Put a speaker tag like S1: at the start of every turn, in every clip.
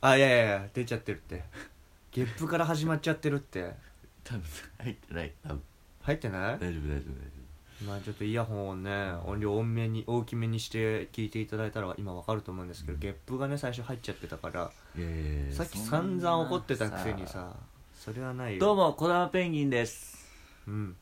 S1: あいやいやいや出ちゃってるってゲップから始まっちゃってるって
S2: 多分入ってない多分
S1: 入ってない
S2: 大丈夫大丈夫大丈
S1: まあちょっとイヤホンをね音量多めに大きめにして聞いていただいたら今わかると思うんですけどゲップがね最初入っちゃってたから
S2: 夫いやいやいや
S1: さっき
S2: そ
S1: 散
S2: んな
S1: 々怒ってたくせにさそれはないよ
S2: どうもこだまペンギンです
S1: うん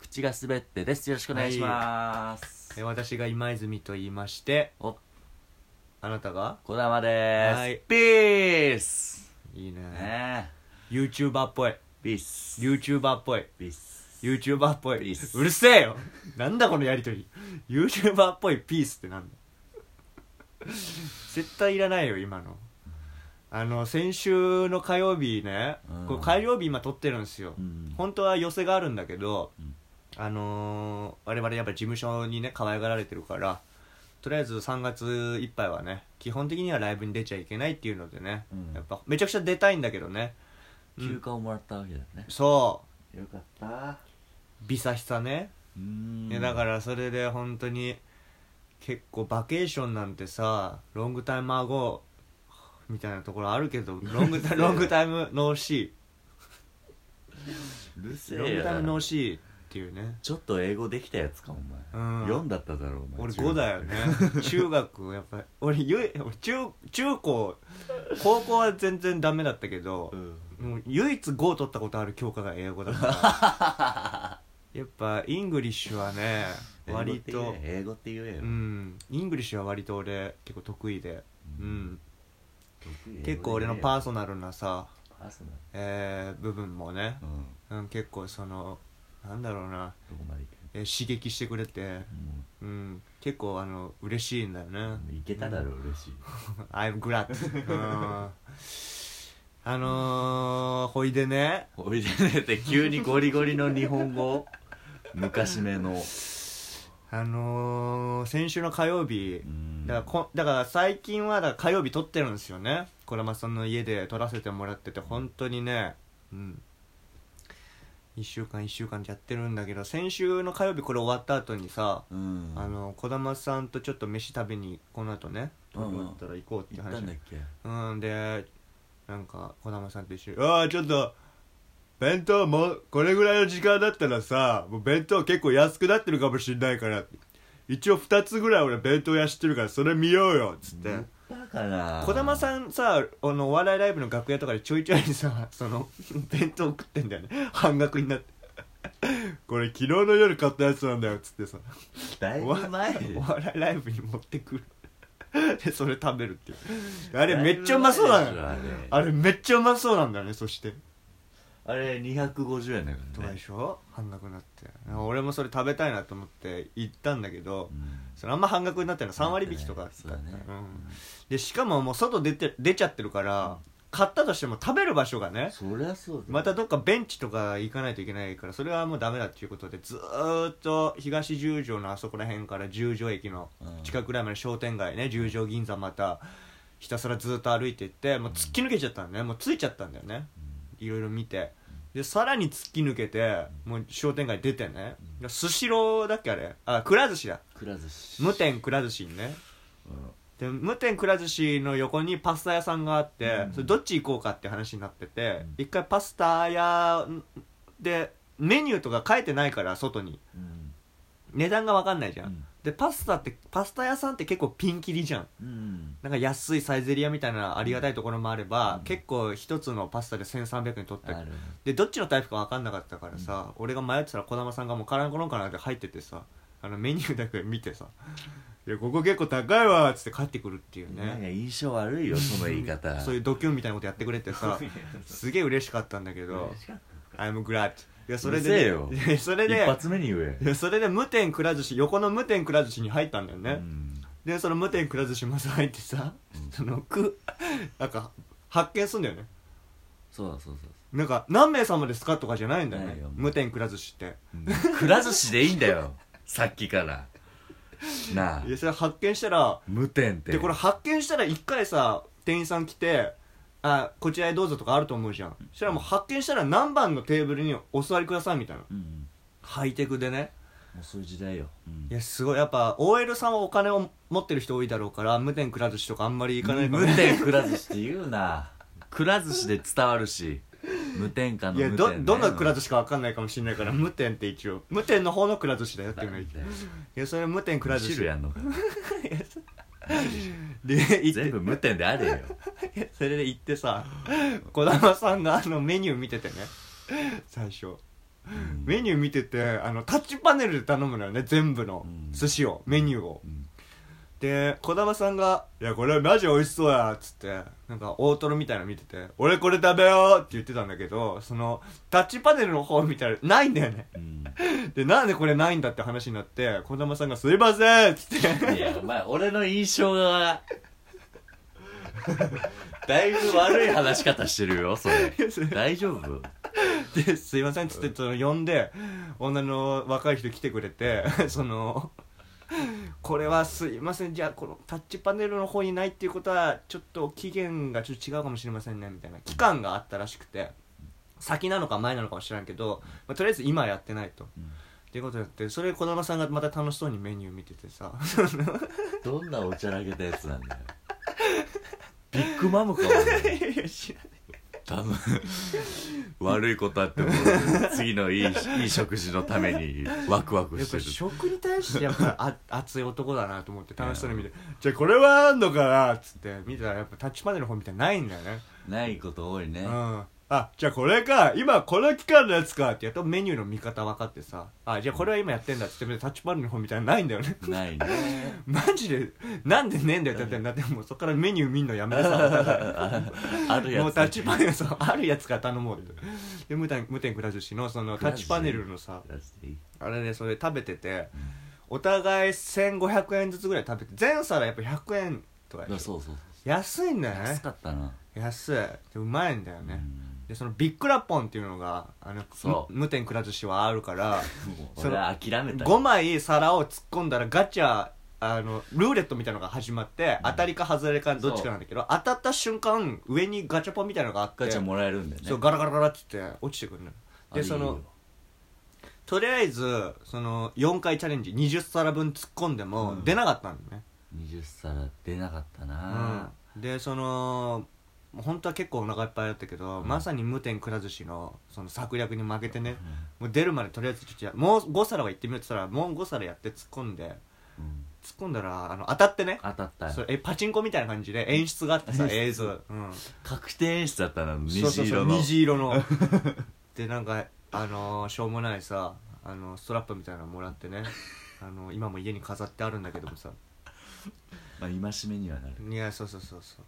S2: 口が滑ってですよろしくお願いします、
S1: え私が今泉と言いまして
S2: お
S1: あなたが
S2: こだまです、
S1: はい
S2: ピース
S1: いいね
S2: ね
S1: YouTuber っぽい
S2: えピース
S1: YouTuber っぽい
S2: ピース
S1: YouTuber っぽ
S2: ピ
S1: い
S2: ース
S1: うるせえよなんだこのやりとり YouTuber っぽいピースってなんだ絶対いらないよ今のあの先週の火曜日ね、
S2: うん
S1: これ火曜日今撮ってるんですよ、
S2: うん
S1: 本当は寄せがあるんだけど、
S2: うん
S1: あのー我々やっぱ事務所にね可愛がられてるからとりあえず3月いっぱいはね基本的にはライブに出ちゃいけないっていうのでね、
S2: うん
S1: やっぱめちゃくちゃ出たいんだけどね、うん
S2: 休暇をもらったわけだよね、
S1: そ
S2: よかった
S1: うビサヒサね
S2: うーん
S1: ね、だからそれで本当に結構バケーションなんてさロングタイムアゴーみたいなところあるけ どロングタロングタイムノーシ
S2: うるせ
S1: ー
S2: え
S1: ロングタイムノー
S2: よ
S1: シーっていうね
S2: ちょっと英語できたやつかお
S1: うん
S2: 前4だっただろお前
S1: 俺5だよね中学やっぱり俺ゆ俺中中高高校は全然ダメだったけど
S2: う、ん
S1: もう唯一5取ったことある教科が英語だから やっぱイングリッシュはね割と
S2: 英語って言えよ
S1: うんイングリッシュは割と俺結構得意で、う
S2: うんん、得意英語で言えよ
S1: 結構俺のパーソナルなさ、
S2: パーソナル
S1: えー部分もね、
S2: うん
S1: うん、結構そのなんだろうな、
S2: どこまでいける
S1: えー刺激してくれて、うん、結構あの嬉しいんだよね
S2: うんいけただろう嬉しい
S1: I'm glad うんあのー、ほいでね
S2: おいでねって急にゴリゴリの日本語昔めの
S1: あのー、先週の火曜日
S2: うん
S1: だからこだから最近はだから火曜日撮ってるんですよね児玉さんの家で撮らせてもらってて本当にねうん1週間1週間やってるんだけど先週の火曜日これ終わった後にさ
S2: うん
S1: あの児玉さんとちょっと飯食べにこの後ね
S2: う
S1: ど
S2: んうん
S1: こだったら行こうって
S2: 行った
S1: 話
S2: んだっけ
S1: うんでなんか児玉さんと一緒に「ああちょっと弁当もうこれぐらいの時間だったらさもう弁当結構安くなってるかもしんないから一応2つぐらい俺弁当屋知ってるからそれ見ようよ」っつって
S2: 言ったかな
S1: 児玉さんさあのお笑いライブの楽屋とかでちょいちょいさ その弁当食ってんだよね半額になって これ昨日の夜買ったやつなんだよっつってさ
S2: だいぶ前
S1: お笑いライブに持ってくるでそれ食べるっていうあれめっちゃうまそうだ
S2: だいぶ前
S1: ね
S2: でしょあ
S1: あ
S2: れ
S1: れめっちゃうまそうなんだよねそして
S2: あれ250円だか
S1: どう
S2: ら
S1: で
S2: ね
S1: しょ半額になって俺もそれ食べたいなと思って行ったんだけど
S2: うん
S1: それあんま半額になってるの3割引きとかだった
S2: そうだね
S1: うんでしかももう外出て出ちゃってるから買ったとしても食べる場所がね
S2: そりゃそうだ
S1: またどっかベンチとか行かないといけないからそれはもうダメだっていうことでずーっと東十条のあそこら辺から十条駅の近くぐらいまで商店街ね十条銀座またひたすらずっと歩いていってもう突き抜けちゃったんだねもうついちゃったんだよねいろいろ見てでさらに突き抜けてもう商店街出てねでスシローだっけあれあくら寿司だ
S2: くら寿司
S1: 無天くら寿司にね
S2: うん
S1: で無天くら寿司の横にパスタ屋さんがあって、
S2: うん
S1: それどっち行こうかって話になってて、一回パスタ屋でメニューとか書いてないから外に
S2: うん
S1: 値段が分かんないじゃん、
S2: うん
S1: でパスタってパスタ屋さんって結構ピンキリじゃん
S2: うん
S1: なんか安いサイゼリアみたいなありがたいところもあれば、
S2: うん
S1: 結構一つのパスタで1300円取ったり
S2: ある
S1: でどっちのタイプか分かんなかったからさ、俺が迷ってたら児玉さんがもうカランコロンカランって入っててさあのメニューだけ見てさ「いやここ結構高いわ」っつって帰ってくるっていう
S2: なんか
S1: ね
S2: 印象悪いよその言い方
S1: そういうドキュンみたいなことやってくれて さすげえ嬉しかったんだけど「I'm glad」いやそれ
S2: うるせえ
S1: で
S2: よ
S1: ね、いやそれ
S2: 一
S1: で
S2: 発目に言え
S1: いやそれで無天くら寿司横の無天くら寿司に入ったんだよね、
S2: うん
S1: でその無天くら寿司まず入ってさ、そのくなんか発見すんだよね
S2: そうだそうそう
S1: なんか何名様ですかとかじゃないんだよ
S2: ない
S1: ね
S2: よ
S1: 無天くら寿司って
S2: そうくら寿司でいいんだよ さっきからなあ
S1: いやそれ発見したら
S2: 無点って
S1: でこれ発見したら一回さ店員さん来て「あこちらへどうぞ」とかあると思うじゃんそしたらもう発見したら何番のテーブルにお座りくださいみたいな
S2: うん
S1: ハイテクでね
S2: もうそういう時代よ、うん
S1: いやすごいやっぱ OL さんはお金を持ってる人多いだろうから無点くら寿司とかあんまり行かないか
S2: 無
S1: ら
S2: 点くら寿司って言うなくら寿司で伝わるし無添加の
S1: い
S2: 無
S1: や
S2: 添
S1: どどんなくら
S2: 寿
S1: 寿司か分かんないかもしれないから無点って一応無点の方のくら寿司だよっていうのはいいいやそれは無点くら寿
S2: 汁
S1: 司
S2: やんのか
S1: で行っ
S2: 全
S1: て
S2: 部無添であれよ
S1: それで行ってさ児玉さんがあのメニュー見ててね最初
S2: うん
S1: メニュー見ててあのタッチパネルで頼むのよね全部の
S2: うん
S1: 寿司をメニューを
S2: うん
S1: で児玉さんが「いやこれマジ美味しそうや」っつってなんか大トロみたいなの見てて「俺これ食べよう」って言ってたんだけどそのタッチパネルの方見たらないんだよね
S2: うん
S1: でなんでこれないんだって話になって児玉さんが「すいません」っつって
S2: いやお前俺の印 象がだいぶ悪い話し方してるよそれ大丈夫
S1: で「すいません」っつってその呼んで女の若い人来てくれて そのこれはすいませんじゃあこのタッチパネルの方にないっていうことはちょっと期限がちょっと違うかもしれませんねみたいな期間があったらしくて先なのか前なのかも知らんけど、まあ、とりあえず今やってないと。
S2: うん
S1: っていうことやってそれ児玉さんがまた楽しそうにメニュー見てて さ
S2: どんなおちゃらけたやつなんだよビッグマムかお前
S1: いや知らん
S2: 多分悪いことあっても次のいいいい食事のためにワクワク
S1: や
S2: し
S1: ってぱ
S2: る
S1: 食に対してやっぱ あ熱い男だなと思って楽しそうに見て「じゃあこれはあんのかな」っつって見たらやっぱタッチパネルの方みたいにないんだよね
S2: ないこと多いね
S1: うんあじゃあこれか今この期間のやつかってやっとメニューの見方分かってさあじゃあこれは今やってんだっつってタッチパネルの方みたいなのないんだよね
S2: ないね
S1: マジでなんでねえんだよだってなってもうそっからメニュー見んのやめてさ
S2: あ あるやつ
S1: もうタッチパネルさあるやつから頼もうってで無天無天くら寿司のそのタッチパネルのさ
S2: 出していい
S1: あれねそれ食べててお互い1500円ずつぐらい食べて全皿やっぱ100円とか
S2: だ
S1: で
S2: から
S1: しょ
S2: そうそう
S1: 安いんだよね
S2: 安かったな
S1: 安いでうまいんだよね、
S2: うん
S1: でそのビックラポンっていうのがあの
S2: そう
S1: む無天くら寿司はあるから
S2: もう
S1: そ
S2: 俺
S1: の
S2: は諦めた
S1: 5枚皿を突っ込んだらガチャあのルーレットみたいなのが始まって、当たりか外れかどっちかなんだけど当たった瞬間上にガチャポンみたいなのがあって
S2: ガチャもらえるんだよね
S1: そうガラガラガラって言って落ちてくるのよ
S2: あ
S1: で
S2: れいい
S1: そ
S2: よ
S1: のとりあえずその4回チャレンジ20皿分突っ込んでも
S2: うん
S1: 出なかったんだね、
S2: 20皿出なかった
S1: うん
S2: な
S1: でその本当は結構お腹いっぱいだったけど、
S2: うん
S1: まさに無天くら寿司のその策略に負けてね、もう出るまでとりあえずちょっとやもう5皿は行ってみようって言ったらもう5皿やって突っ込んで
S2: うん
S1: 突っ込んだらあの当たってね
S2: 当たった
S1: それえパチンコみたいな感じで演出があってさ映像、うん、
S2: 確定演出だったな
S1: そうそうそ
S2: 虹
S1: う
S2: 色の
S1: 虹色の でなんかあのーしょうもないさあのストラップみたいなのもらってねあの今も家に飾ってあるんだけどもさ
S2: まあ戒めにはなる
S1: いやそうそうそうそう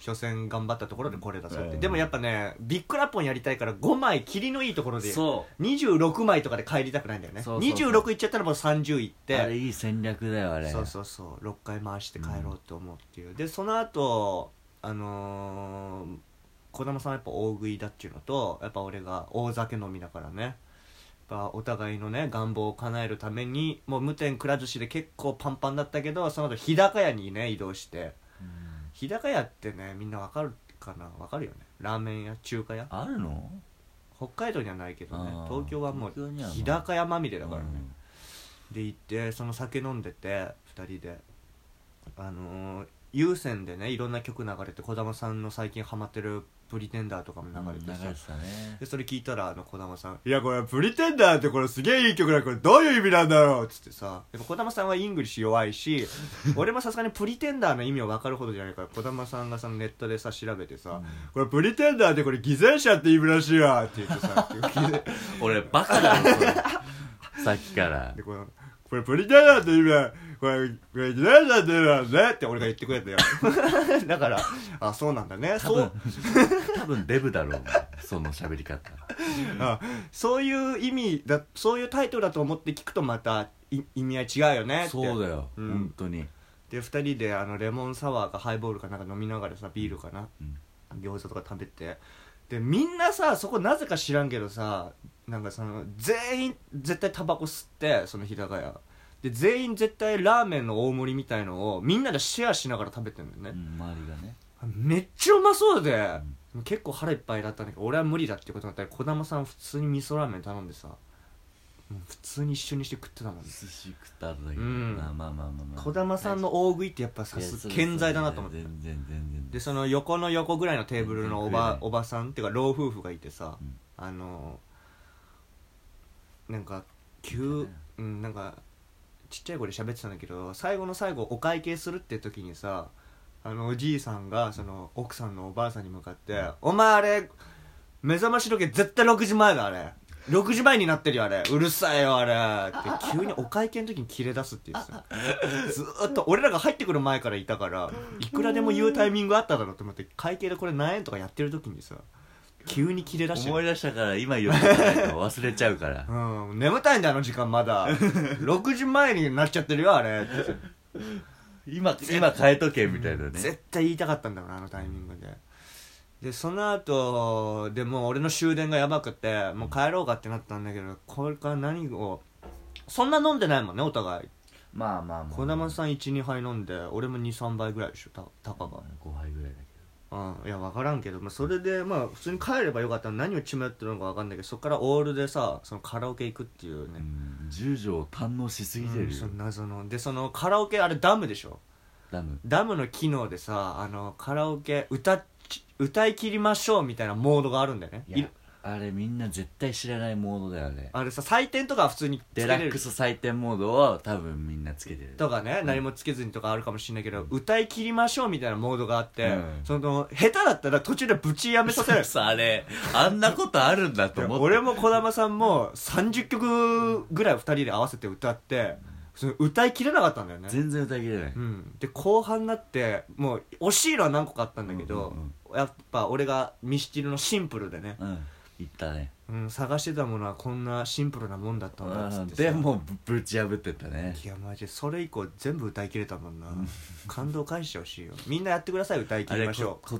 S1: 所詮頑張ったところでこれだぞって、
S2: うん
S1: でもやっぱねビッグラポンやりたいから5枚霧のいいところで
S2: そ
S1: 26枚とかで帰りたくないんだよね
S2: そうそうそう
S1: 26いっちゃったらもう30いっ
S2: う
S1: て
S2: あれいい戦略だよあれ
S1: そうそうそう6回回して帰ろうと思うっていう、でその後あのー、児玉さんはやっぱ大食いだっていうのとやっぱ俺が大酒飲みだからねやっぱお互いのね願望を叶えるためにもう無天くら寿司で結構パンパンだったけどその後日高屋にね移動して
S2: うん
S1: 日高屋ってねみんなわかるかなわかるよねラーメン屋中華屋
S2: あるの
S1: 北海道にはないけどね
S2: あー
S1: 東京はもう
S2: 東京にはない
S1: 日高屋まみれ
S2: だ
S1: だからね、で行ってその酒飲んでて2人であのー、有線でねいろんな曲流れて児玉さんの最近ハマってる「プリテンダー」とかも流れ
S2: 流
S1: て
S2: れ
S1: さ
S2: てたね
S1: でそれ聞いたらあの児玉さん「いやこれプリテンダーってこれすげえいい曲だこれどういう意味なんだろう」っつってさやっぱ児玉さんはイングリッシュ弱い し俺もさすがにプリテンダーの意味を分かるほどじゃないから児玉さんがそのネットでさ調べてさ「これプリテンダーってこれ偽善者って意味らしいわ」って言って さ
S2: 俺バカだろそれ さっきから
S1: でこのこれプリテンダーって意味はこれこれギターだって意味なんだねって俺が言ってくれたよだからあそうなんだね
S2: 多
S1: そ
S2: 分
S1: う
S2: 多分デブだろうその喋り方
S1: あそういう意味だそういうタイトルだと思って聞くとまたい意味合い違うよねって
S2: そうだよ
S1: うん
S2: 本当に
S1: で2人であのレモンサワーかハイボールかなんか飲みながらさビールかな
S2: うん
S1: 餃子とか食べてでみんなさそこなぜか知らんけどさなんかその全員絶対タバコ吸ってその日高屋で全員絶対ラーメンの大盛りみたいのをみんなでシェアしながら食べてんだ
S2: う
S1: よね、
S2: ん周りがね
S1: めっちゃうまそうで、結構腹いっぱいだったんだけど俺は無理だってことになったら児玉さん普通に味噌ラーメン頼んでさもう普通に一緒にして食ってたもんね
S2: 寿司食ったんだけど、
S1: うん
S2: まあまあまあまあ、まあ、
S1: 児玉さんの大食いってやっぱさ
S2: いや
S1: す
S2: そうです
S1: 健在だなと思って
S2: 全然全然
S1: でその横の横ぐらいのテーブルのおば
S2: 全然食えない
S1: おばさんっていうか老夫婦がいてさ、
S2: うん
S1: あのなんか急うんなんかちっちゃい声で喋ってたんだけど最後の最後お会計するって時にさあのおじいさんがその奥さんのおばあさんに向かって「お前あれ目覚まし時計絶対6時前だあれ6時前になってるよあれうるさいよあれ」って急にお会計の時に切れ出すっていうさずーっと俺らが入ってくる前からいたからいくらでも言うタイミングあっただろうと思って会計でこれ何円とかやってる時にさ急に切れ出して
S2: 思い出したから今言ってないと忘れちゃうから
S1: うん、眠たいんだよあの時間まだ6時前になっちゃってるよあれって
S2: 今今変えとけみたいなね
S1: 絶対言いたかったんだろうなあのタイミングで、でその後でもう俺の終電がやばくてもう帰ろうかってなったんだけどこれから何をそんな飲んでないもんねお互い
S2: まあまあまあ
S1: 児玉さん12杯飲んで俺も23杯ぐらいでしょたたかが
S2: 5杯ぐらいだ
S1: うん、いや分からんけど、まあ、それでまあ普通に帰ればよかったのに何を血迷ってるのか分かんないけどそっからオールでさそのカラオケ行くっていうね、
S2: けど、うん、十条を堪能しすぎて
S1: う
S2: る
S1: ん
S2: よ、
S1: その謎のでそのカラオケあれダムでしょ
S2: ダム
S1: ダムの機能でさあのカラオケ歌っち歌い切りましょうみたいなモードがあるんだよね
S2: い
S1: い
S2: やあれみんな絶対知らないモードだよね
S1: あれさ採点とかは普通につけ
S2: デ
S1: れ
S2: ラッ
S1: る
S2: クス採点モードを多分みんなつけてる
S1: とかね、何もつけずにとかあるかもしれないけど、歌い切りましょうみたいなモードがあって、
S2: うん
S1: その下手だったら途中でブチやめさせる
S2: さあれあんなことあるんだと思って
S1: 俺も児玉さんも30曲ぐらい2人で合わせて歌って、その歌い切れなかったんだよね
S2: 全然歌い切れない、
S1: うん、で後半になってもう惜しいのは何個かあったんだけど、
S2: うん
S1: やっぱ俺がミスチルのシンプルでね、
S2: うん言ったね
S1: うん、探してたものはこんなシンプルなもんだったんだっつってさ
S2: でもぶぶち破ってったね
S1: いやマジでそれ以降全部歌い切れたもんな感動返してほしいよみんなやってください歌い切
S2: あ
S1: り
S2: れ
S1: ましょ
S2: こ